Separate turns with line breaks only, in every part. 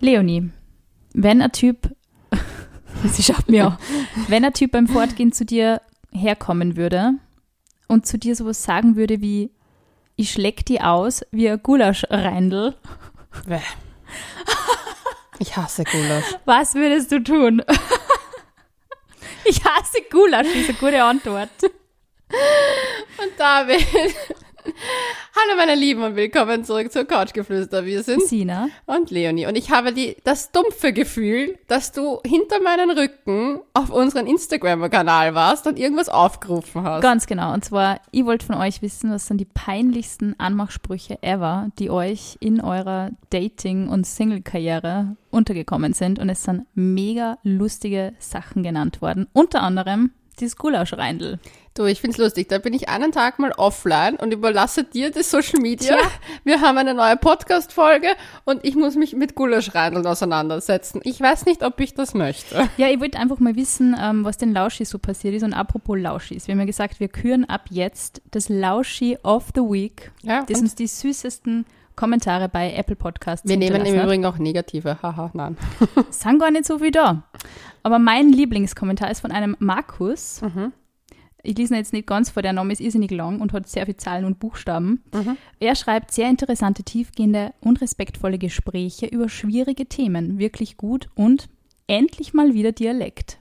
Leonie, wenn ein Typ,
Sie schaut mir auch.
wenn ein Typ beim Fortgehen zu dir herkommen würde und zu dir sowas sagen würde wie, ich schläg die aus wie ein Gulaschreindl,
Bäh. Ich hasse Gulasch.
was würdest du tun? Ich hasse Gulasch, ist eine gute Antwort.
Und David. Hallo meine Lieben und willkommen zurück zur Couchgeflüster. Wir sind
Sina,
und Leonie. Und ich habe die, das dumpfe Gefühl, dass du hinter meinen Rücken auf unseren Instagram-Kanal warst und irgendwas aufgerufen hast.
ganz genau. Und zwar, ich wollte von euch wissen, was sind die peinlichsten Anmachsprüche ever, die euch in eurer Dating- und Single-Karriere untergekommen sind. Und es sind mega lustige Sachen genannt worden. Unter anderem dieses Gulaschreindl.
Du, ich find's lustig. Da bin ich einen Tag mal offline und überlasse dir das Social Media. Wir haben eine neue Podcast-Folge und ich muss mich mit Gulaschrandeln auseinandersetzen. Ich weiß nicht, ob ich das möchte.
Ja, ich wollte einfach mal wissen, ähm, was den Lauschis so passiert ist. Und apropos Lauschis, wir haben ja gesagt, wir küren ab jetzt das Lauschi of the Week,
Ja,
das uns die süßesten Kommentare bei Apple Podcasts
wir nehmen im
hinterlassen hat.
Übrigen auch negative. Haha, nein.
Es sind gar nicht so viel da. Aber mein Lieblingskommentar ist von einem Markus. Ich lese ihn jetzt nicht ganz vor, der Name ist irrsinnig lang und hat sehr viele Zahlen und Buchstaben. Er schreibt sehr interessante, tiefgehende und respektvolle Gespräche über schwierige Themen. Wirklich gut und endlich mal wieder Dialekt.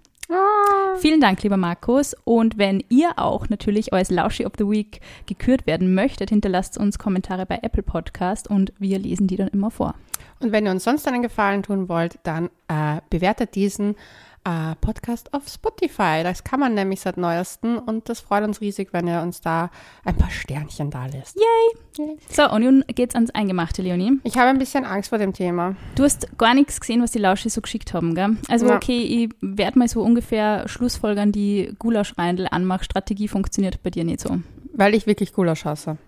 Vielen Dank, lieber Markus. Und wenn ihr auch natürlich als Lauschi of the Week gekürt werden möchtet, hinterlasst uns Kommentare bei Apple Podcast und wir lesen die dann immer vor.
Und wenn ihr uns sonst einen Gefallen tun wollt, dann äh, bewertet diesen äh, Podcast auf Spotify. Das kann man nämlich seit neuestem und das freut uns riesig, wenn ihr uns da ein paar Sternchen da lässt.
So, und nun geht's ans Eingemachte, Leonie.
Ich habe ein bisschen Angst vor dem Thema.
Du hast gar nichts gesehen, was die Lauschi so geschickt haben, gell? Also
Ja.
okay, ich werde mal so ungefähr Schlussfolgern, die Gulaschreindl anmachstrategie funktioniert bei dir nicht so.
Weil ich wirklich Gulasch hasse.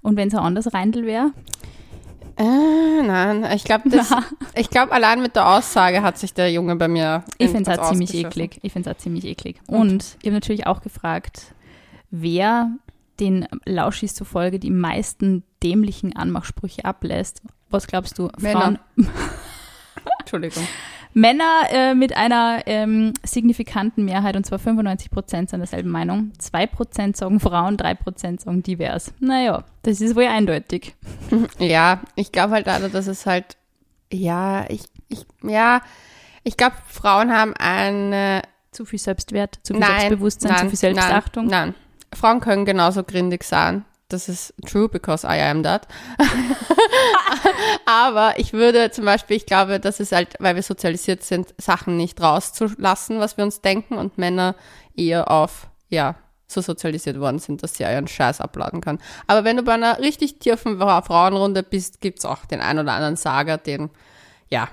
Und wenn es ein anderes Reindl wäre,
Äh, nein, ich glaube,
Na.
ich glaube, allein mit der Aussage hat sich der Junge bei mir.
ich finde es
irgendwas
auch ziemlich
ausgeschissen.
eklig. Ich finde es auch ziemlich eklig. Und ich habe natürlich auch gefragt, wer den Lauschis zufolge die meisten dämlichen Anmachsprüche ablässt. Was glaubst du?
Männer.
Frauen,
Entschuldigung.
Männer äh, mit einer ähm, signifikanten Mehrheit, und zwar 95 Prozent, sind derselben Meinung. 2 Prozent sagen Frauen, 3 Prozent sagen divers. Naja, das ist wohl eindeutig.
Ja, ich glaube halt leider, dass es halt, ja, ich, ich, ja, ich glaube, Frauen haben eine
Zu viel Selbstwert, zu viel
nein,
Selbstbewusstsein,
nein,
zu viel Selbstachtung.
Nein, nein, Frauen können genauso grindig sein. Das ist true, because I am that. Aber ich würde zum Beispiel, ich glaube, das ist halt, weil wir sozialisiert sind, Sachen nicht rauszulassen, was wir uns denken und Männer eher auf, ja, so sozialisiert worden sind, dass sie ihren Scheiß abladen können. Aber wenn du bei einer richtig tiefen Fra- Frauenrunde bist, gibt's auch den ein oder anderen Sager, den, ja,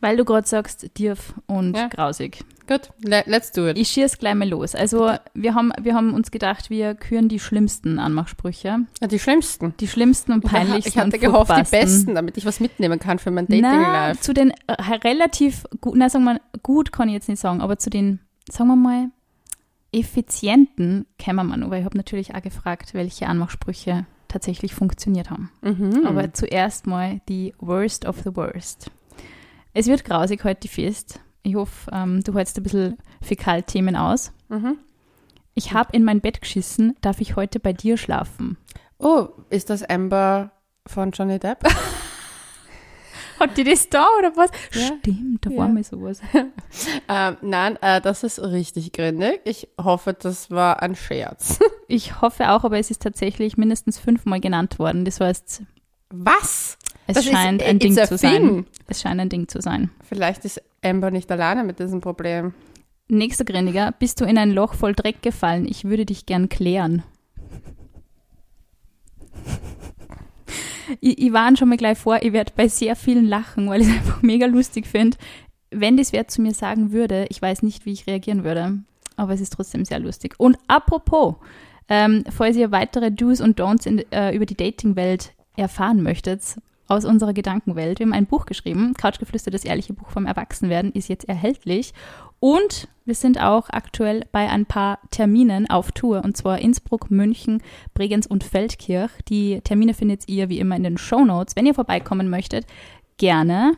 Weil du gerade sagst, dirf und
Ja.
grausig.
gut, le let's do it.
Ich schieße gleich mal los. Also wir haben, wir haben uns gedacht, wir küren die schlimmsten Anmachsprüche.
Die schlimmsten.
Die schlimmsten und peinlichsten
Ich hatte
und
gehofft, die
furchtbarsten.
besten, damit ich was mitnehmen kann für mein
Na,
Dating-Life.
zu den äh, relativ gut, na, sagen wir, gut kann ich jetzt nicht sagen, aber zu den, sagen wir mal, effizienten kämen wir noch, weil ich habe natürlich auch gefragt, welche Anmachsprüche tatsächlich funktioniert haben.
Mhm,
Aber zuerst mal die Worst of the Worst. Es wird grausig heute die Fest. Ich hoffe, ähm, du hältst ein bisschen Fäkalthemen aus. Ich habe in mein Bett geschissen, darf ich heute bei dir schlafen?
Oh, ist das Amber von Johnny Depp?
Hat die das da oder was?
Ja.
Stimmt, da
Ja.
war mir sowas.
ähm, nein, äh, das ist richtig gründig. Ich hoffe, das war ein Scherz.
Ich hoffe auch, aber es ist tatsächlich mindestens fünfmal genannt worden. Das heißt,
Was?
es
Das ist-
scheint ein
it's
Ding
a
zu sein.
thing.
Es scheint ein Ding zu sein.
Vielleicht ist Amber nicht alleine mit diesem Problem.
Nächster Grindiger, bist du in ein Loch voll Dreck gefallen? Ich würde dich gern klären. Ich, ich warne schon mal gleich vor, ich werde bei sehr vielen lachen, weil ich es einfach mega lustig finde. Wenn das wer zu mir sagen würde, ich weiß nicht, wie ich reagieren würde. Aber es ist trotzdem sehr lustig. Und apropos, ähm, falls ihr weitere Do's und Don'ts in, äh, über die Dating-Welt erfahren möchtet, aus unserer Gedankenwelt. Wir haben ein Buch geschrieben, Couchgeflüster, das ehrliche Buch vom Erwachsenwerden, ist jetzt erhältlich. Und wir sind auch aktuell bei ein paar Terminen auf Tour, und zwar Innsbruck, München, Bregenz und Feldkirch. Die Termine findet ihr wie immer in den Shownotes. Wenn ihr vorbeikommen möchtet, gerne.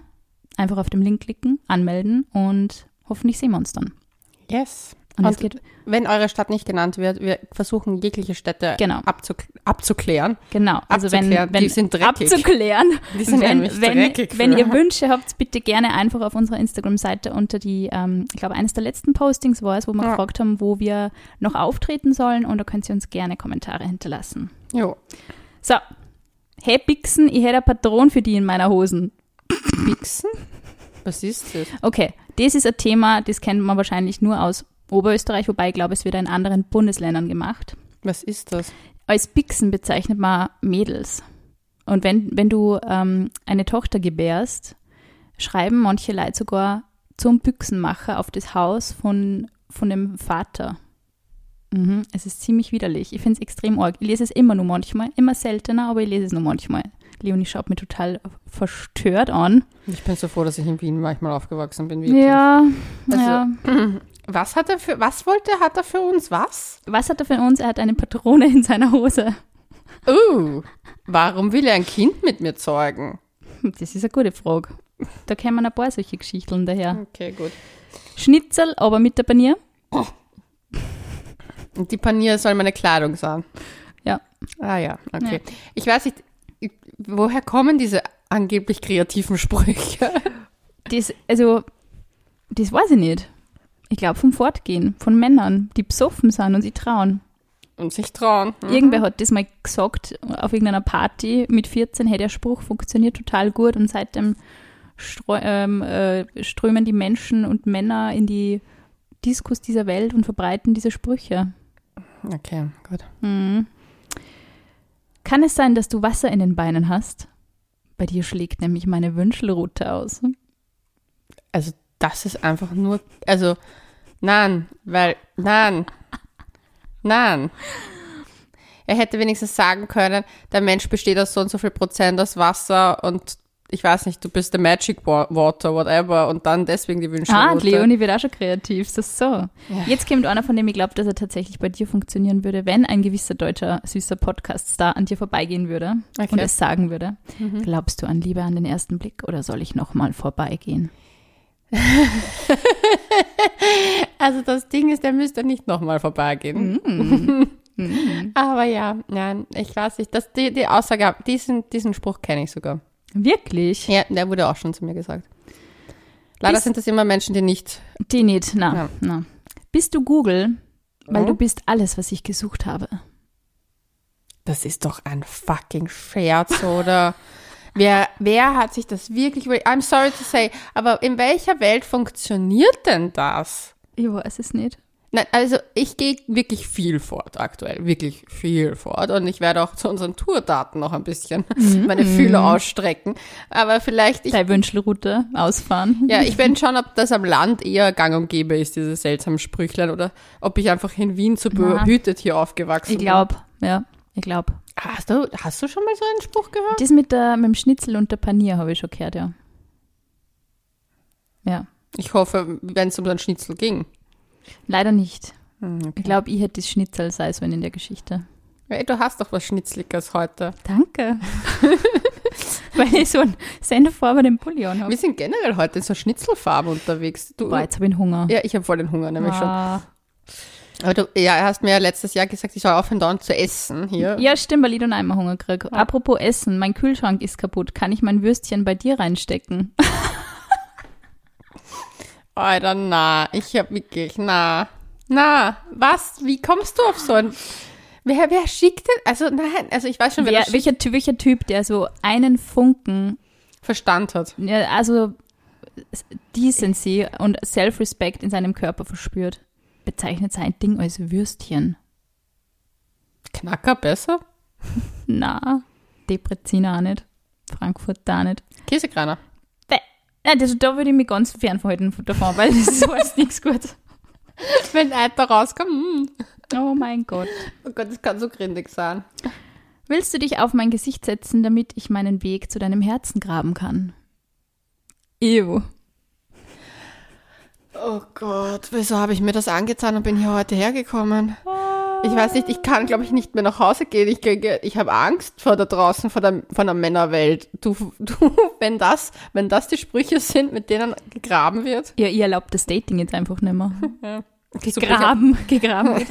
Einfach auf den Link klicken, anmelden und hoffentlich sehen wir uns dann.
Yes.
Und,
Und-
es geht,
Wenn eure Stadt nicht genannt wird, wir versuchen jegliche Städte
Genau.
abzuk abzuklären.
genau, also wenn,
Abzuklären,
wenn
die sind dreckig.
abzuklären,
Die sind
wenn,
nämlich
wenn,
dreckig
wenn
für-
ihr Wünsche habt, bitte gerne einfach auf unserer Instagram-Seite unter die, ähm, ich glaube, eines der letzten Postings war es, wo wir
Ja.
gefragt haben, wo wir noch auftreten sollen und da könnt ihr uns gerne Kommentare hinterlassen.
Jo.
So, hey Bixen, ich hätte ein Patron für die in meiner Hosen.
Bixen? Was ist das?
Okay, das ist ein Thema, das kennt man wahrscheinlich nur aus Oberösterreich, wobei ich glaube, es wird in anderen Bundesländern gemacht.
Was ist das?
Als Bixen bezeichnet man Mädels. Und wenn, wenn du ähm, eine Tochter gebärst, schreiben manche Leute sogar zum Büchsenmacher auf das Haus von, von dem Vater. Mhm, es ist ziemlich widerlich. Ich finde es extrem arg. Ich lese es immer nur manchmal, immer seltener, aber ich lese es nur manchmal. Leonie schaut mir total verstört an.
Ich bin so froh, dass ich in Wien manchmal aufgewachsen bin. wirklich.
Ja,
Also-
ja.
Was hat er für, was wollte, hat er für uns was?
Was hat er für uns? Er hat eine Patrone in seiner Hose.
Uh, warum will er ein Kind mit mir zeugen?
Das ist eine gute Frage. Da kämen ein paar solche Geschichten daher.
Okay, gut.
Schnitzel, aber mit der Panier.
Und die Panier soll meine Kleidung sein.
Ja.
Ah ja, okay. Ich weiß nicht, ich- woher kommen diese angeblich kreativen Sprüche?
Das, also, das weiß ich nicht. Ich glaube vom Fortgehen, von Männern, die besoffen sind und sie trauen.
Und sich trauen. Hm?
Irgendwer hat das mal gesagt auf irgendeiner Party. Mit 14 hätte der Spruch funktioniert total gut und seitdem strö ähm, äh, strömen die Menschen und Männer in die Diskos dieser Welt und verbreiten diese Sprüche.
Okay, gut.
Mhm. Kann es sein, dass du Wasser in den Beinen hast? Bei dir schlägt nämlich meine Wünschelrute aus.
Das ist einfach nur, also, nein, weil, nein, nein. Er hätte wenigstens sagen können, der Mensch besteht aus so und so viel Prozent aus Wasser und ich weiß nicht, du bist the magic wa- water, whatever, und dann deswegen die Wünsche.
Ah, Leonie wird auch schon kreativ. Das ist so.
Ja.
Jetzt kommt einer, von dem ich glaube, dass er tatsächlich bei dir funktionieren würde, wenn ein gewisser deutscher süßer Podcast-Star an dir vorbeigehen würde
Okay. Mhm.
und es sagen würde. Glaubst du an Liebe an den ersten Blick oder soll ich nochmal vorbeigehen?
Also das Ding ist, der müsste nicht nochmal vorbeigehen.
Mhm. Hm.
Aber ja, nein, ich weiß nicht. Das, die, die Aussage, diesen, diesen Spruch kenne ich sogar.
Wirklich?
Ja, der wurde auch schon zu mir gesagt. Leider
Bis-
sind das immer Menschen, die nicht.
Die nicht, na,
Ja.
na. Bist du Google? Weil
Ja.
du bist alles, was ich gesucht habe.
Das ist doch ein fucking Scherz, oder? wer, wer hat sich das wirklich. über- I'm sorry to say, aber in welcher Welt funktioniert denn das?
Ich weiß es nicht.
Nein, also ich gehe wirklich viel fort aktuell, wirklich viel fort und ich werde auch zu unseren Tourdaten noch ein bisschen meine Fühler ausstrecken. Aber vielleicht, ich,
Deine Wünschelrute ausfahren.
ja, ich werde schauen, ob das am Land eher gang und gäbe ist, diese seltsamen Sprüchlein oder ob ich einfach in Wien so behütet hier aufgewachsen
Ich glaube, ja, ich glaube.
bin. Hast du, hast du schon mal so einen Spruch gehört?
Das mit, der, mit dem Schnitzel und der Panier habe ich schon gehört, ja. Ja,
Ich hoffe, wenn es um den Schnitzel ging.
leider nicht. Ich glaube, ich hätte das Schnitzel sei es, wenn in der Geschichte.
Hey, du hast doch was Schnitzliges heute.
Danke. Weil ich so einen Sendefarbe den Pulli anhabe.
Wir sind generell heute in so Schnitzelfarben unterwegs. Du,
Boah, jetzt habe ich einen Hunger.
ja, ich habe voll den Hunger nämlich schon.
Ah.
Aber du ja, hast mir ja letztes Jahr gesagt, ich soll aufhören, dauernd zu essen hier.
Ja, stimmt, weil ich dann einmal Hunger kriege. Apropos Essen, mein Kühlschrank ist kaputt. Kann ich mein Würstchen bei dir reinstecken?
Alter, na, ich hab wirklich, na, na, was, wie kommst du auf so ein, wer, wer schickt denn, also nein, also ich weiß schon, wer,
Wer,
das schickt,
welcher, Typ- welcher Typ, der so einen Funken
Verstand hat.
Ja, also s- Decency und Self-Respect in seinem Körper verspürt, bezeichnet sein Ding als Würstchen.
Knacker besser?
Na, Depreziner auch nicht. Frankfurt da nicht.
Käsekreiner.
Nein, das, da würde ich mich ganz fern verhalten davon, weil das ist alles nichts gut.
Wenn ein da rauskommt, mm.
Oh mein Gott.
oh Gott, das kann so grindig sein.
Willst du dich auf mein Gesicht setzen, damit ich meinen Weg zu deinem Herzen graben kann? Ew.
Oh Gott, wieso habe ich mir das angetan und bin hier heute hergekommen? Ich weiß nicht, ich kann, glaube ich, nicht mehr nach Hause gehen. Ich, kriege- ich habe Angst vor da draußen, vor der, vor der Männerwelt. Du, du, wenn das, wenn das die Sprüche sind, mit denen gegraben wird.
Ja, ihr erlaubt das Dating jetzt einfach nicht mehr.
Super,
Gegraben, gegraben.
Ich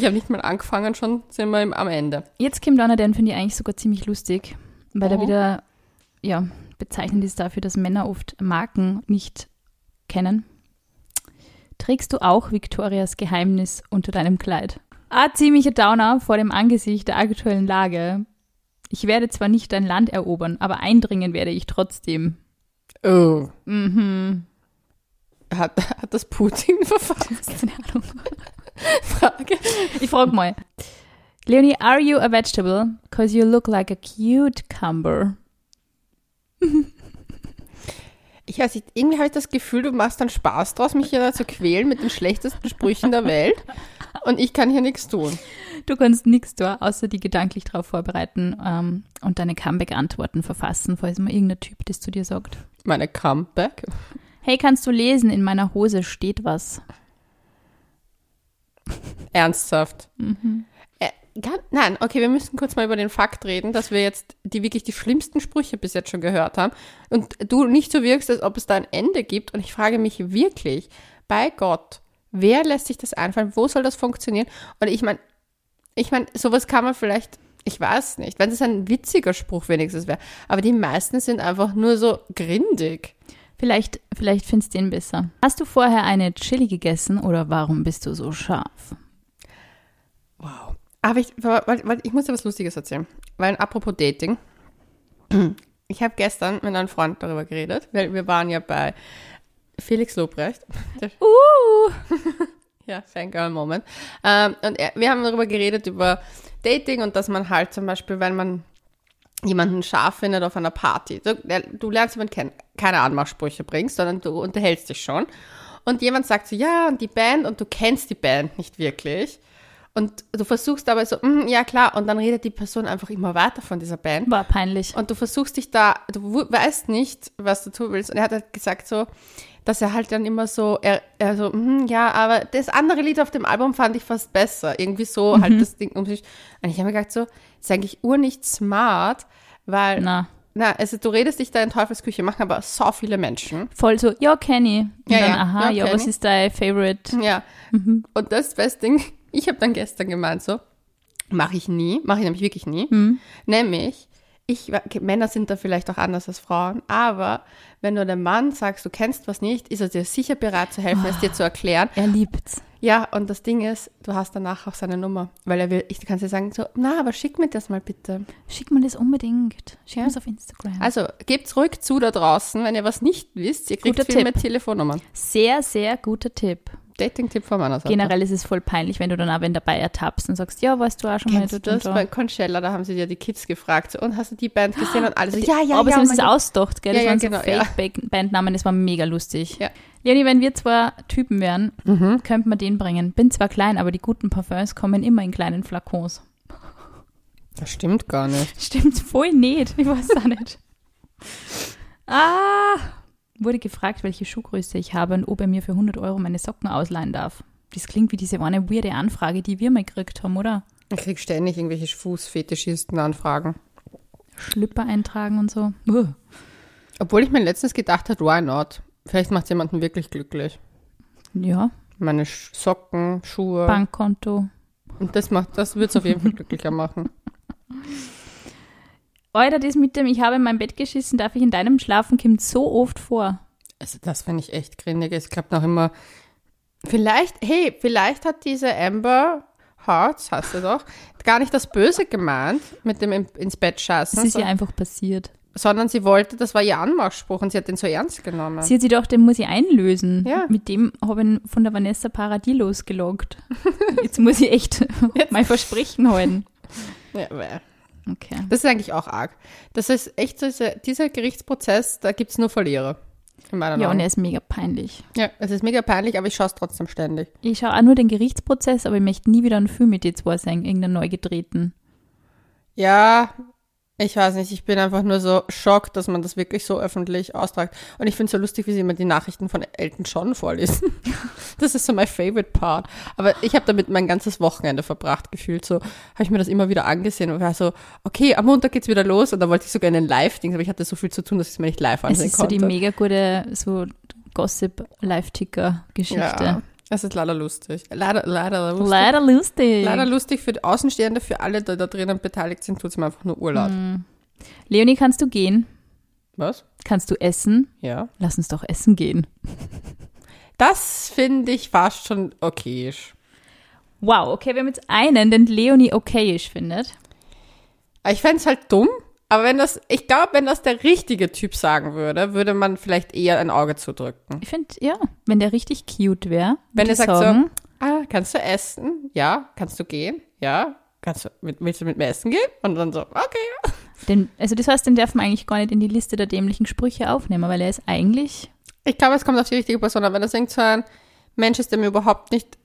habe hab nicht mal angefangen, schon sind wir im, am Ende.
Jetzt Kim Donner, den finde ich eigentlich sogar ziemlich lustig, weil er
Mhm.
wieder, ja, bezeichnend ist dafür, dass Männer oft Marken nicht kennen. Trägst du auch Victorias Geheimnis unter deinem Kleid? Ah, ziemlicher Downer vor dem Angesicht der aktuellen Lage. Ich werde zwar nicht dein Land erobern, aber eindringen werde ich trotzdem.
Oh.
Mhm.
Hat, hat das Putin verfasst?
Keine Ahnung.
Frage.
Ich frage mal. Leonie, are you a vegetable? Cause you look like a cucumber.
Ich weiß nicht, irgendwie habe ich das Gefühl, du machst dann Spaß draus, mich hier zu quälen mit den schlechtesten Sprüchen der Welt. Und ich kann hier nichts tun.
Du kannst nichts tun, außer die gedanklich darauf vorbereiten ähm, und deine Comeback-Antworten verfassen, falls mal irgendein Typ das zu dir sagt.
Meine Comeback.
Hey, kannst du lesen? In meiner Hose steht was.
Ernsthaft. Äh, gar- nein, okay, wir müssen kurz mal über den Fakt reden, dass wir jetzt die wirklich die schlimmsten Sprüche bis jetzt schon gehört haben und du nicht so wirkst, als ob es da ein Ende gibt. Und ich frage mich wirklich, bei Gott, wer lässt sich das einfallen? Wo soll das funktionieren? Und ich meine, ich meine, sowas kann man vielleicht, ich weiß nicht, wenn es ein witziger Spruch wenigstens wäre. Aber die meisten sind einfach nur so grindig.
Vielleicht, vielleicht findest du den besser. Hast du vorher eine Chili gegessen oder warum bist du so scharf?
Wow. Aber ich, wa- wa- wa- ich muss dir was Lustiges erzählen. Weil, apropos Dating. Ich habe gestern mit einem Freund darüber geredet, weil wir waren ja bei Felix Lobrecht. Der-
Uh!
ja, Fangirl Moment. Ähm, und er, wir haben darüber geredet, über Dating und dass man halt zum Beispiel, wenn man jemanden scharf findet auf einer Party, du, du lernst jemanden kennen, keine Anmachsprüche bringst, sondern du unterhältst dich schon. Und jemand sagt so, ja, und die Band, und du kennst die Band nicht wirklich. Und du versuchst aber so, "Mm, ja klar, und dann redet die Person einfach immer weiter von dieser Band.
War peinlich.
Und du versuchst dich da, du wu- weißt nicht, was du tun willst. Und er hat halt gesagt so, dass er halt dann immer so, er, er so, "Mhm, ja, aber das andere Lied auf dem Album fand ich fast besser. Irgendwie so halt das Ding um sich. Und ich habe mir gedacht so, ist eigentlich ur nicht smart, weil, na.
Na,
also du redest dich da in Teufelsküche, machen aber so viele Menschen.
voll so, ja, Kenny. Und
Ja,
dann,
ja,
aha,
ja,
ja, was
kenn ich.
ist dein Favorite?
Ja.
Mhm.
Und das beste Ding, ich habe dann gestern gemeint so, mache ich nie, mache ich nämlich wirklich nie.
Mhm.
Nämlich, ich, okay, Männer sind da vielleicht auch anders als Frauen, aber wenn du einem Mann sagst, du kennst was nicht, ist er dir sicher bereit zu helfen, es dir zu erklären.
Er liebt's.
Ja, und das Ding ist, du hast danach auch seine Nummer, weil er will, ich kann dir sagen so, na, aber schick mir das mal bitte.
Schick mir das unbedingt. Schick
Ja.
mir's auf Instagram.
Also, gebt's ruhig zu da draußen, wenn ihr was nicht wisst, ihr kriegt
Guter
viel
Tipp.
mehr Telefonnummern.
sehr, sehr guter Tipp.
Dating-Tipp von meiner Seite.
Generell ist es voll peinlich, wenn du dann auch wenn dabei ertappst und sagst, ja, weißt du auch schon mal
Kennst du
dort und
das?
da.
Bei Conchella, da haben sie ja die Kids gefragt. So, und hast du die Band gesehen? Und alles so, ja, ja,
Ah, Oh, Aber
ja.
sie haben
mein
es
Gott.
ausgedacht, gell? Das
Ja, ja,
waren so
genau, ja.
Fake-Bandnamen, das war mega lustig.
Ja. Mhm.
Leonie, wenn wir zwei Typen wären, könnten wir den bringen. Bin zwar klein, aber die guten Parfums kommen immer in kleinen Flakons.
Das stimmt gar nicht.
Stimmt voll nicht. Ich weiß auch nicht. Ah! Wurde gefragt, welche Schuhgröße ich habe und ob er mir für 100 Euro meine Socken ausleihen darf. Das klingt wie diese eine weirde Anfrage, die wir mal gekriegt haben, oder?
Ich krieg ständig irgendwelche Fußfetischisten-Anfragen.
Schlüpper eintragen und so. Uah.
Obwohl ich mir letztens gedacht habe, why not? Vielleicht macht jemanden wirklich glücklich.
Ja,
Meine Sch- Socken, Schuhe.
Bankkonto.
Und das macht, das wird's auf jeden Fall glücklicher machen.
Alter, das mit dem, ich habe in mein Bett geschissen, darf ich in deinem schlafen, kommt so oft vor.
Also das finde ich echt grindig. Es klappt noch immer. Vielleicht, hey, vielleicht hat diese Amber Hearts, hast du doch, gar nicht das Böse gemeint mit dem im- ins Bett scheißen.
Das ist
sondern-
ihr einfach passiert.
sondern sie wollte, das war ihr Anmachspruch und sie hat den so ernst genommen.
Sie hat sich gedacht, den muss ich einlösen.
Ja.
Mit dem habe ich ihn von der Vanessa Paradilos gelockt. Jetzt muss ich echt mein Versprechen halten.
Ja, bäh.
Okay.
das ist eigentlich auch arg. Das ist echt, so, dieser- dieser Gerichtsprozess, da gibt es nur Verlierer. In meiner
Ja, und er
Meinung.
ist mega peinlich.
Ja, es ist mega peinlich, aber ich schaue es trotzdem ständig.
Ich schaue auch nur den Gerichtsprozess, aber ich möchte nie wieder einen Film mit dir zwei sehen, irgendeinen neu gedrehten.
Ja, Ich weiß nicht, ich bin einfach nur so schockt, dass man das wirklich so öffentlich austragt. Und ich finde es so lustig, wie sie immer die Nachrichten von Elton John vorlesen. Das ist so my favorite part. Aber ich habe damit mein ganzes Wochenende verbracht, gefühlt. So habe ich mir das immer wieder angesehen und war so, okay, am Montag geht's wieder los. Und dann wollte ich sogar in den Live-Dings, aber ich hatte so viel zu tun, dass ich es mir nicht
Es
live ansehen
ist so
konnte.
die mega gute so Gossip-Live-Ticker-Geschichte.
ja, es ist leider lustig. Leider, leider lustig.
Leider lustig.
Leider lustig für die Außenstehende, für alle, die da drinnen beteiligt sind, tut's mir einfach nur urlaub.
Mhm. Leonie, kannst du gehen?
Was?
Kannst du essen?
Ja.
Lass uns doch essen gehen.
Das finde ich fast schon okayisch.
Wow, okay, wir haben jetzt einen, den Leonie okayisch findet.
Ich fände es halt dumm, aber wenn das, ich glaube, wenn das der richtige Typ sagen würde, würde man vielleicht eher ein Auge zudrücken.
Ich finde, ja, wenn der richtig cute wäre,
Wenn
würde
er
ich
sagt
sagen,
so, ah, kannst du essen? Ja. Kannst du gehen? Ja. Kannst du, mit, willst du mit mir essen gehen? Und dann so, okay.
den, also das heißt, den darf man eigentlich gar nicht in die Liste der dämlichen Sprüche aufnehmen, weil er ist eigentlich,
Ich glaube, es kommt auf die richtige Person an. Wenn das irgend so ein Mensch ist, der mir überhaupt nicht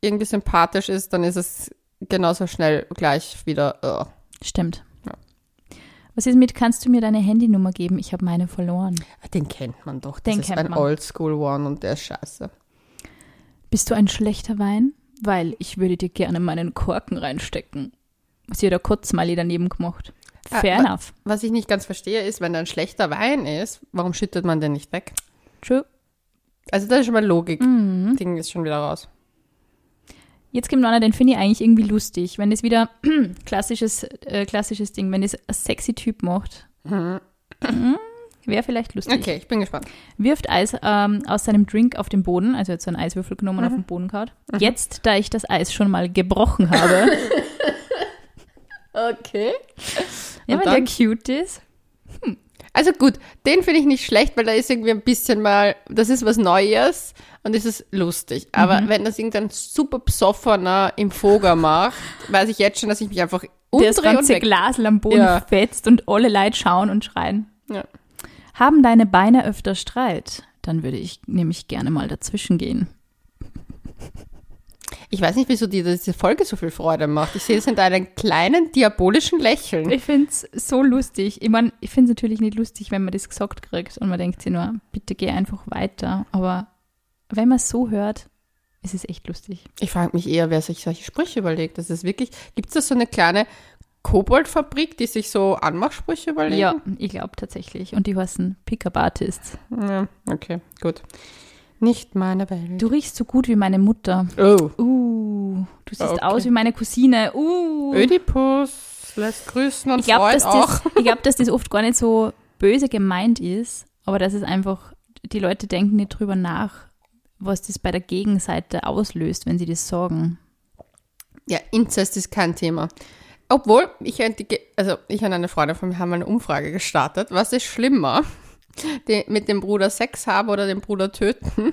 irgendwie sympathisch ist, dann ist es genauso schnell gleich wieder, oh. ugh.
stimmt.
Ja.
Was ist mit, kannst du mir deine Handynummer geben? Ich habe meine verloren.
den kennt man doch.
Den
das
kennt
ist ein
man.
Oldschool-One und der ist scheiße.
Bist du ein schlechter Wein? Weil ich würde dir gerne meinen Korken reinstecken. Was ihr der Kotzmiley daneben gemacht.
Ah,
Fair
wa-
enough.
Was ich nicht ganz verstehe, ist, wenn da ein schlechter Wein ist, warum schüttet man den nicht weg?
True.
Also das ist schon mal Logik.
Mhm.
Ding ist schon wieder raus.
Jetzt kommt noch einer, den finde ich eigentlich irgendwie lustig. Wenn es wieder klassisches, äh, klassisches Ding, wenn es ein sexy Typ macht, wäre vielleicht lustig.
Mhm. Okay, ich bin gespannt.
Wirft Eis ähm, aus seinem Drink auf den Boden, also er hat so einen Eiswürfel genommen
Mhm.
und auf den Boden kaut. Jetzt, da ich das Eis schon mal gebrochen habe,
Okay.
ja,
Und
weil der
dann?
cute ist.
Also gut, den finde ich nicht schlecht, weil da ist irgendwie ein bisschen mal, das ist was Neues und es ist lustig. Aber wenn das irgendein super Psoffener im Foger macht, weiß ich jetzt schon, dass ich mich einfach
Der das
umdrehe und
ganze
weg.
Glasl am Boden
Ja.
fetzt und alle Leute schauen und schreien.
Ja.
Haben deine Beine öfter Streit? Dann würde ich nämlich gerne mal dazwischen gehen.
Ich weiß nicht, wieso dir diese Folge so viel Freude macht. Ich sehe es in deinen kleinen diabolischen Lächeln.
Ich finde es so lustig. Ich meine, ich finde es natürlich nicht lustig, wenn man das gesagt kriegt und man denkt sich nur, bitte geh einfach weiter. Aber wenn man es so hört, ist es echt lustig.
Ich frage mich eher, wer sich solche Sprüche überlegt. Das ist wirklich, gibt es da so eine kleine Koboldfabrik, die sich so Anmachsprüche überlegen?
Ja, ich glaube tatsächlich. Und die heißen Pickup-Artists.
Ja, Okay, gut. Nicht meine Welt.
Du riechst so gut wie meine Mutter.
Oh.
Uh, du siehst
Ah, Okay.
aus wie meine Cousine. Uh.
Ödipus lässt grüßen und
Ich glaube,
freut
dass,
auch.
das, ich glaub, dass das oft gar nicht so böse gemeint ist, aber dass es einfach, die Leute denken nicht drüber nach, was das bei der Gegenseite auslöst, wenn sie das sagen.
Ja, Inzest ist kein Thema. Obwohl, ich, und die Ge- also ich und eine Freundin von mir haben eine Umfrage gestartet. Was ist schlimmer? Die, mit dem Bruder Sex haben oder den Bruder töten?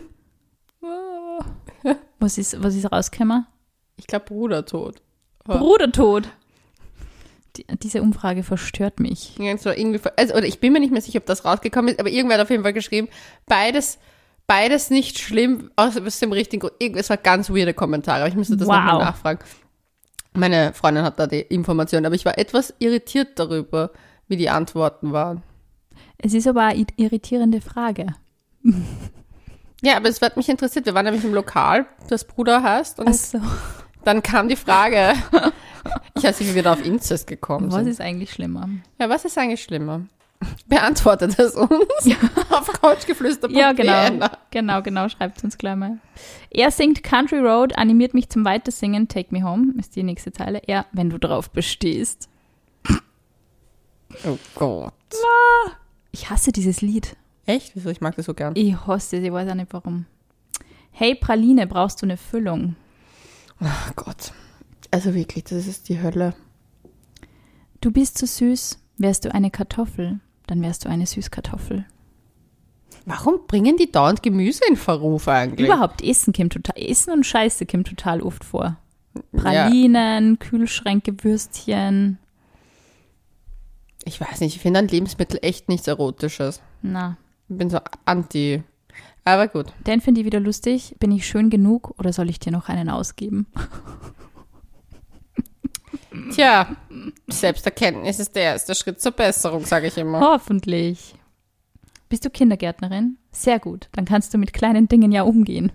Was ist, was ist rausgekommen?
Ich glaube, Brudertod. Ja.
Brudertod. Die, diese Umfrage verstört mich.
Ja, es war irgendwie, ver- also, oder ich bin mir nicht mehr sicher, ob das rausgekommen ist, aber irgendwer hat auf jeden Fall geschrieben, beides, beides nicht schlimm, aus, aus dem richtigen Grund. Irgend- Es war ganz weirde Kommentare, aber ich müsste das
Wow.
nochmal nachfragen. Meine Freundin hat da die Information, aber ich war etwas irritiert darüber, wie die Antworten waren.
Es ist aber eine irritierende Frage.
Ja, aber es hat mich interessiert. Wir waren nämlich im Lokal, das Bruder heißt, und
Also,
dann kam die Frage. ich weiß nicht, wie wir da auf Inzest gekommen
was
sind.
ist eigentlich schlimmer?
ja, was ist eigentlich schlimmer? Beantwortet es uns auf couchgeflüster.de.
Ja, genau. Genau, genau, schreibt uns gleich mal. Er singt Country Road, animiert mich zum Weitersingen, Take Me Home, ist die nächste Zeile. Er, wenn du drauf bestehst.
Oh Gott.
Ich hasse dieses Lied.
Echt? Wieso? Ich mag das so gern.
Ich hasse es, ich weiß auch nicht warum. Hey Praline, brauchst du eine Füllung?
Ach Oh Gott. Also wirklich, das ist die Hölle.
Du bist zu süß, wärst du eine Kartoffel, dann wärst du eine Süßkartoffel.
Warum bringen die dauernd Gemüse in Verruf eigentlich?
Überhaupt Essen kommt total, Essen und Scheiße kommt total oft vor. Pralinen, Kühlschränke, Würstchen.
Ich weiß nicht, ich finde an Lebensmittel echt nichts Erotisches.
Na,
Ich bin so anti. Aber gut.
den finde ich wieder lustig. Bin ich schön genug oder soll ich dir noch einen ausgeben?
Tja, Selbsterkenntnis ist der erste Schritt zur Besserung, sage ich immer.
Hoffentlich. Bist du Kindergärtnerin? Sehr gut. Dann kannst du mit kleinen Dingen ja umgehen.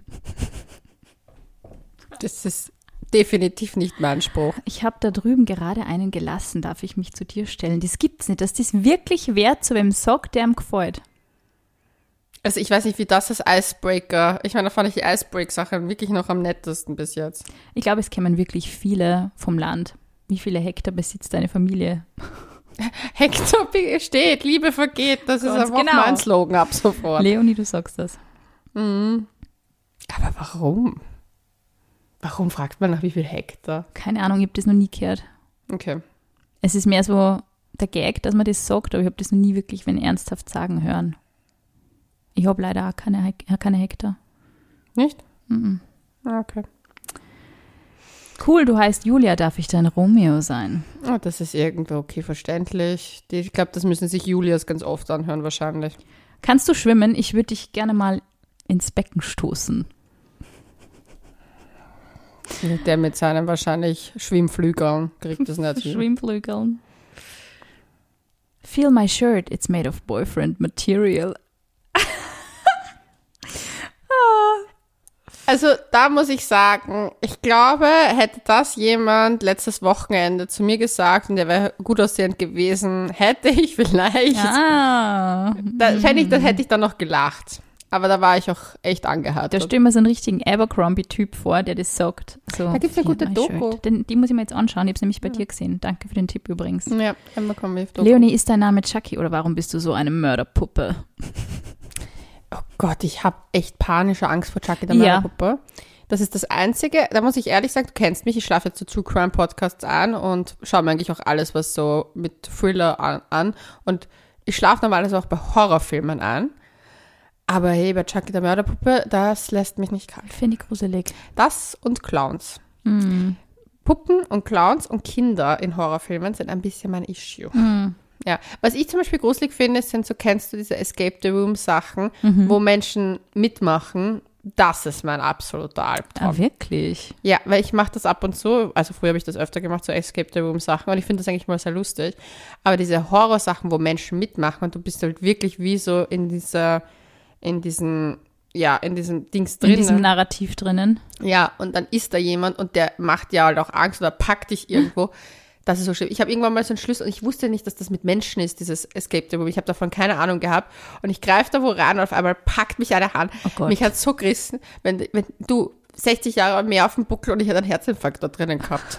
Das ist definitiv nicht mein Anspruch.
Ich habe da drüben gerade einen gelassen, darf ich mich zu dir stellen. Das gibt's nicht, dass das wirklich wert zu wem sagt, der ihm gefällt.
Also ich weiß nicht, wie das ist Icebreaker. Ich meine, da fand ich die Icebreak-Sache wirklich noch am nettesten bis jetzt.
Ich glaube, es kämen wirklich viele vom Land. Wie viele Hektar besitzt deine Familie?
Hector steht, Liebe vergeht. Das ist
Ganz
einfach
genau.
mein Slogan ab sofort.
Leonie, du sagst das.
Aber warum? Warum fragt man nach wie viel Hektar?
Keine Ahnung, ich habe das noch nie gehört.
Okay.
Es ist mehr so der Gag, dass man das sagt, aber ich habe das noch nie wirklich, wenn ernsthaft sagen, hören. Ich habe leider auch keine, Hek äh, keine Hektar.
Nicht?
Mhm.
Ah, Okay.
Cool, du heißt Julia, darf ich dein Romeo sein?
Oh, das ist irgendwo okay verständlich. Die- Ich glaube, das müssen sich Julias ganz oft anhören wahrscheinlich.
Kannst du schwimmen? Ich würde dich gerne mal ins Becken stoßen.
Der mit seinem wahrscheinlich Schwimmflügeln kriegt das nicht hin.
Schwimmflügeln. Feel my shirt, it's made of boyfriend material.
Also da muss ich sagen, ich glaube, hätte das jemand letztes Wochenende zu mir gesagt und der wäre gut aussehend gewesen, hätte ich vielleicht,
Ah,
da, fände ich, das hätte ich dann noch gelacht. Aber da war ich auch echt
da
angehärtet.
stelle ich mir so einen richtigen Abercrombie-Typ vor, der das sagt. So,
Da gibt's eine
"Feel
gute
my
Doku."
shirt. Den, die muss ich mir jetzt anschauen, ich habe es nämlich bei dir gesehen. Danke für den Tipp übrigens.
Ja, immer kommen wir auf Doku.
Leonie, ist dein Name Chucky oder warum bist du so eine Mörderpuppe?
Oh Gott, ich habe echt panische Angst vor Chucky der
Ja.
Mörderpuppe. Das ist das Einzige, da muss ich ehrlich sagen, du kennst mich, ich schlafe jetzt so True Crime Podcasts an und schaue mir eigentlich auch alles, was so mit Thriller an. an. Und ich schlafe normalerweise auch bei Horrorfilmen an. Aber hey, bei Chucky der Mörderpuppe, das lässt mich nicht kalt.
Finde ich gruselig.
Das und Clowns.
Mm.
Puppen und Clowns und Kinder in Horrorfilmen sind ein bisschen mein Issue. Ja, was ich zum Beispiel gruselig finde, sind so, kennst du diese Escape the Room Sachen, wo Menschen mitmachen? Das ist mein absoluter Albtraum.
Ah, wirklich?
Ja, weil ich mache das ab und zu, also früher habe ich das öfter gemacht, so Escape the Room Sachen und ich finde das eigentlich mal sehr lustig. Aber diese Horrorsachen, wo Menschen mitmachen und du bist halt wirklich wie so in dieser, in diesen, ja, in diesem Dings drin.
In diesem Narrativ drinnen.
Ja, und dann ist da jemand und der macht ja halt auch Angst oder packt dich irgendwo. Das ist so schlimm. Ich habe irgendwann mal so einen Schlüssel und ich wusste nicht, dass das mit Menschen ist, dieses Escape the Room. Ich habe davon keine Ahnung gehabt. Und ich greife da wo ran und auf einmal packt mich eine Hand.
Oh Gott.
Mich hat so gerissen, wenn, wenn du 60 Jahre mehr auf dem Buckel und ich hätte einen Herzinfarkt da drinnen gehabt.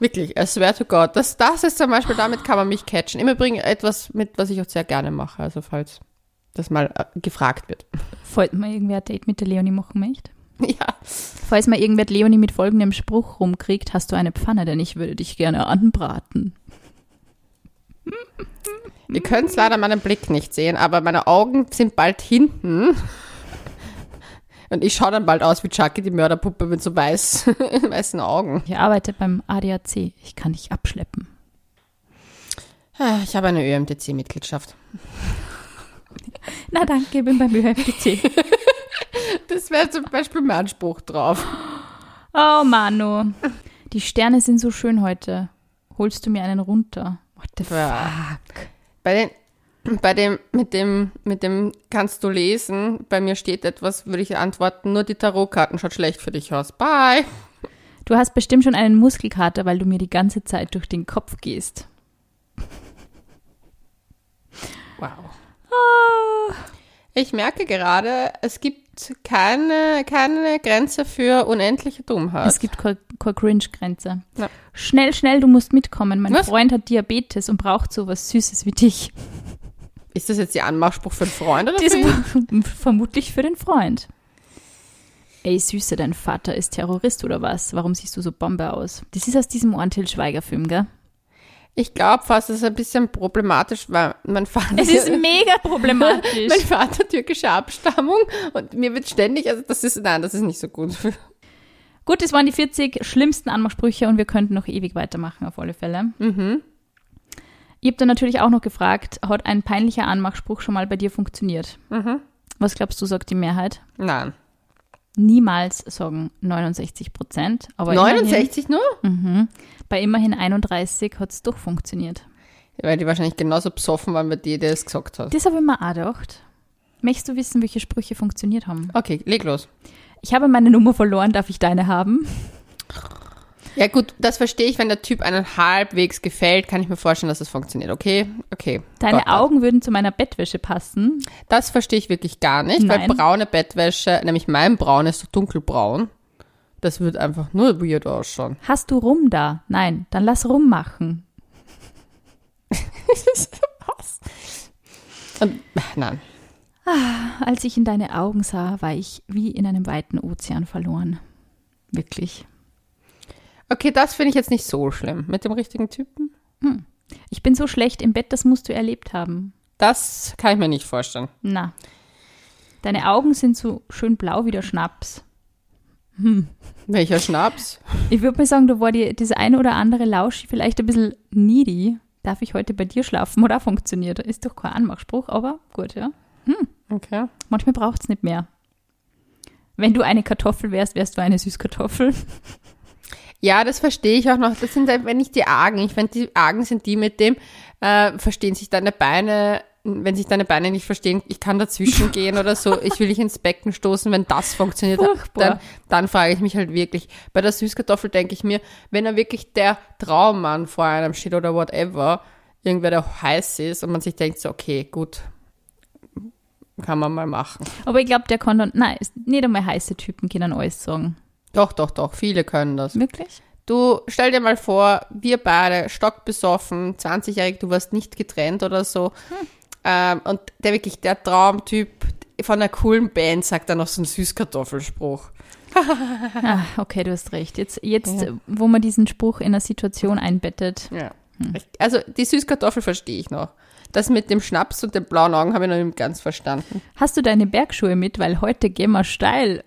Wirklich, I swear to God. Das, das ist zum Beispiel, damit kann man mich catchen. Im Übrigen etwas, mit was ich auch sehr gerne mache. Also falls das mal äh, gefragt wird.
Falls mal irgendwer ein Date mit der Leonie machen möchte.
ja.
Falls mal irgendwer die Leonie mit folgendem Spruch rumkriegt, hast du eine Pfanne, denn ich würde dich gerne anbraten.
Ihr könnt leider meinen Blick nicht sehen, aber meine Augen sind bald hinten. Und ich schaue dann bald aus wie Chucky, die Mörderpuppe mit so weiß, weißen Augen.
Ich arbeite beim ADAC. Ich kann dich abschleppen.
Ah, Ich habe eine ÖMTC-Mitgliedschaft.
Na danke, ich bin beim ÖFDC.
Das wäre zum Beispiel mein Spruch drauf.
Oh Manu. Die Sterne sind so schön heute. Holst du mir einen runter? What the
Bah.
fuck?
Bei, den, bei dem, mit dem, mit dem kannst du lesen, bei mir steht etwas, würde ich antworten, nur die Tarotkarten schaut schlecht für dich aus. Bye.
Du hast bestimmt schon einen Muskelkater, weil du mir die ganze Zeit durch den Kopf gehst.
Wow. Ah. Ich merke gerade, es gibt keine, keine Grenze für unendliche Dummheit.
Es gibt keine keine Cringe-Grenze.
Ja.
Schnell, schnell, du musst mitkommen. Mein
Was?
Freund hat Diabetes und braucht so was Süßes wie dich.
Ist das jetzt der Anmachspruch für einen Freund oder
Das
für ihn?
war vermutlich für den Freund. Ey, Süße, dein Vater ist Terrorist oder was? Warum siehst du so Bombe aus? Das ist aus diesem Orntil Schweiger-Film, gell?
Ich glaube fast, es ist ein bisschen problematisch, weil mein Vater,
Es ist mega problematisch.
mein Vater türkischer Abstammung und mir wird ständig, also das ist, nein, das ist nicht so gut.
Gut, das waren die 40 schlimmsten Anmachsprüche und wir könnten noch ewig weitermachen, auf alle Fälle. Ich habe dann natürlich auch noch gefragt, hat ein peinlicher Anmachspruch schon mal bei dir funktioniert? Was glaubst du, sagt die Mehrheit?
Nein.
niemals sagen 69 Prozent. Aber
69 nur?
Immerhin, mhm, bei immerhin 31 hat es doch funktioniert.
Weil die wahrscheinlich genauso besoffen waren bei dir, der es gesagt hat.
Das habe ich mir auch gedacht. Möchtest du wissen, welche Sprüche funktioniert haben?
Okay, leg los.
Ich habe meine Nummer verloren, darf ich deine haben?
Ja gut, das verstehe ich, wenn der Typ einen halbwegs gefällt, kann ich mir vorstellen, dass es das funktioniert. Okay, okay.
Deine
Gott,
Augen würden zu meiner Bettwäsche passen.
Das verstehe ich wirklich gar nicht,
Nein.
weil braune Bettwäsche, nämlich mein Braun ist so dunkelbraun. Das wird einfach nur weird ausschauen.
Hast du rum da? Nein, dann lass rummachen.
Was? Und, Ähm, nein.
Als ich in deine Augen sah, war ich wie in einem weiten Ozean verloren. Wirklich.
Okay, das finde ich jetzt nicht so schlimm. Mit dem richtigen Typen?
Ich bin so schlecht im Bett, das musst du erlebt haben.
Das kann ich mir nicht vorstellen.
Na. Deine Augen sind so schön blau wie der Schnaps.
Welcher Schnaps?
Ich würde mal sagen, da war dir das eine oder andere Lauschi vielleicht ein bisschen needy. Darf ich heute bei dir schlafen? Oder funktioniert? Ist doch kein Anmachspruch, aber gut, ja.
Okay.
Manchmal braucht es nicht mehr. Wenn du eine Kartoffel wärst, wärst du eine Süßkartoffel.
Ja, das verstehe ich auch noch. Das sind einfach nicht die Argen. Ich finde, die Argen sind die mit dem, äh, verstehen sich deine Beine, wenn sich deine Beine nicht verstehen, ich kann dazwischen gehen oder so, ich will dich ins Becken stoßen, wenn das funktioniert,
Furchtbar.
dann, dann frage ich mich halt wirklich. Bei der Süßkartoffel denke ich mir, wenn er wirklich der Traummann vor einem steht oder whatever, irgendwer, der heiß ist und man sich denkt so, okay, gut, kann man mal machen.
Aber ich glaube, der kann dann, nein, ist- nicht einmal heiße Typen können alles sagen.
Doch, doch, doch, viele können das.
Wirklich?
Du stell dir mal vor, wir beide stockbesoffen, 20-jährig, du warst nicht getrennt oder so. Ähm, und der wirklich, der Traumtyp von einer coolen Band sagt dann noch so einen Süßkartoffelspruch.
Ah, okay, du hast recht. Jetzt, jetzt wo man diesen Spruch in einer Situation einbettet.
Ja. Also die Süßkartoffel verstehe ich noch. Das mit dem Schnaps und den blauen Augen habe ich noch nicht ganz verstanden.
Hast du deine Bergschuhe mit, weil heute gehen wir steil.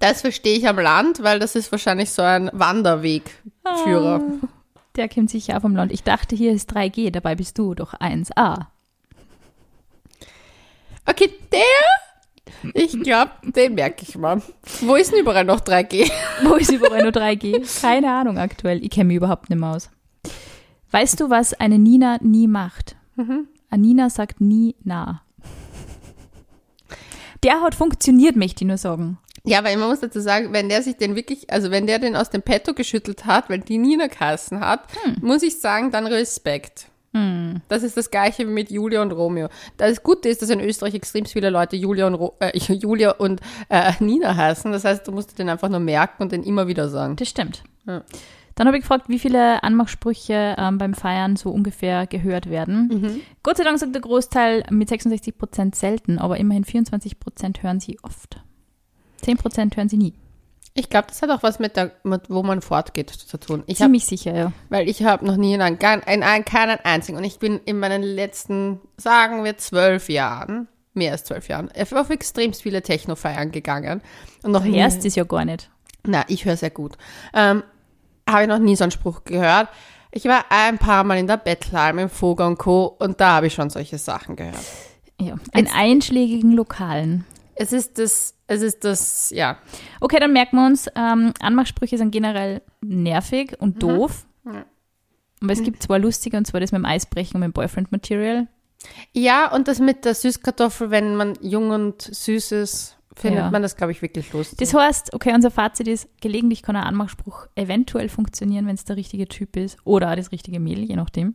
Das verstehe ich am Land, weil das ist wahrscheinlich so ein Wanderwegführer.
Der kommt sicher auch vom Land. Ich dachte, hier ist 3G, dabei bist du doch 1A.
Okay, der, ich glaube, den merke ich mal. Wo ist denn überall noch 3G?
Wo ist überall nur 3G? Keine Ahnung aktuell. Ich kenne mich überhaupt nicht mehr aus. Weißt du, was eine Nina nie macht?
Mhm.
Eine Nina sagt nie na. Der hat funktioniert, möchte ich nur sagen.
Ja, weil man muss dazu sagen, wenn der sich den wirklich, also wenn der den aus dem Petto geschüttelt hat, weil die Nina geheißen hat, muss ich sagen, dann Respekt. Das ist das gleiche wie mit Julia und Romeo. Das Gute ist, dass in Österreich extrem viele Leute Julia und, Ro äh, Julia und äh, Nina heißen. Das heißt, du musst dir den einfach nur merken und den immer wieder sagen.
Das stimmt.
Ja.
Dann habe ich gefragt, wie viele Anmachsprüche ähm, beim Feiern so ungefähr gehört werden.
Mhm.
Gott sei Dank sagt der Großteil mit 66 Prozent selten, aber immerhin 24 Prozent hören sie oft. 10 Prozent hören sie nie.
Ich glaube, das hat auch was mit, der, mit wo man fortgeht zu tun. Ich hab,
Ziemlich sicher, ja.
weil ich habe noch nie in einem, gar- in einem, keinen einzigen und ich bin in meinen letzten, sagen wir, zwölf Jahren, mehr als zwölf Jahren, auf extrem viele Techno-Feiern gegangen. Und noch nie,
Erst ist ja gar nicht.
na, ich höre sehr gut. Ähm, habe ich noch nie so einen Spruch gehört. Ich war ein paar Mal in der Bettlalm im Vogel und Co. und da habe ich schon solche Sachen gehört.
Ja. In einschlägigen Lokalen.
Es ist das, es ist das, ja.
Okay, dann merken wir uns, ähm, Anmachsprüche sind generell nervig und doof. Aber es gibt zwei lustige, und zwar das mit dem Eisbrechen und mit dem Boyfriend-Material.
Ja, und das mit der Süßkartoffel, wenn man jung und süß ist, findet
Ja.
man das, glaube ich, wirklich lustig.
Das heißt, okay, unser Fazit ist, gelegentlich kann ein Anmachspruch eventuell funktionieren, wenn es der richtige Typ ist oder das richtige Mädel, je nachdem.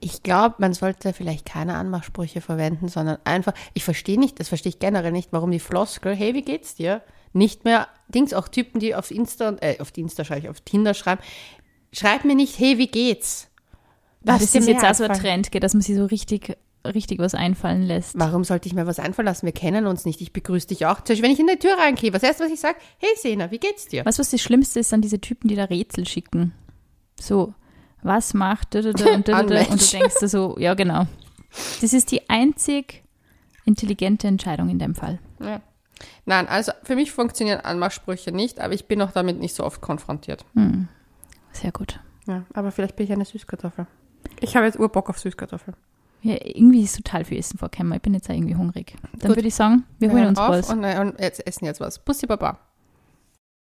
Ich glaube, man sollte vielleicht keine Anmachsprüche verwenden, sondern einfach, ich verstehe nicht, das verstehe ich generell nicht, warum die Floskel, hey, wie geht's dir? Nicht mehr, Dings, auch Typen, die auf Insta, und- äh, auf Insta schreibe ich, auf Tinder schreiben, schreib mir nicht, hey, wie geht's?
Das,
dir
ist
mehr
jetzt auch so ein
einfallen-
Trend, gell, dass man sich so richtig, richtig was einfallen lässt.
Warum sollte ich mir was einfallen lassen? Wir kennen uns nicht, ich begrüße dich auch. Zum Beispiel, wenn ich in die Tür reingehe, was erst, was ich sage, hey, Sena, wie geht's dir?
Weißt du, was das Schlimmste ist, sind diese Typen, die da Rätsel schicken. So, was macht da, da, da, und, da, da, da, und
Unmensch.
du denkst dir so, ja genau. Das ist die einzig intelligente Entscheidung in dem Fall.
Ja. Nein, also für mich funktionieren Anmachsprüche nicht, aber ich bin auch damit nicht so oft konfrontiert.
Hm. Sehr gut.
Ja, aber vielleicht bin ich eine Süßkartoffel. Ich habe jetzt Urbock auf Süßkartoffeln.
Ja, irgendwie ist total viel Essen vorgekommen. Ich bin jetzt auch irgendwie hungrig. Dann
Gut.
würde ich sagen, wir
hören
holen uns
auf
was.
Und, äh, und jetzt essen jetzt was. Pussy Baba.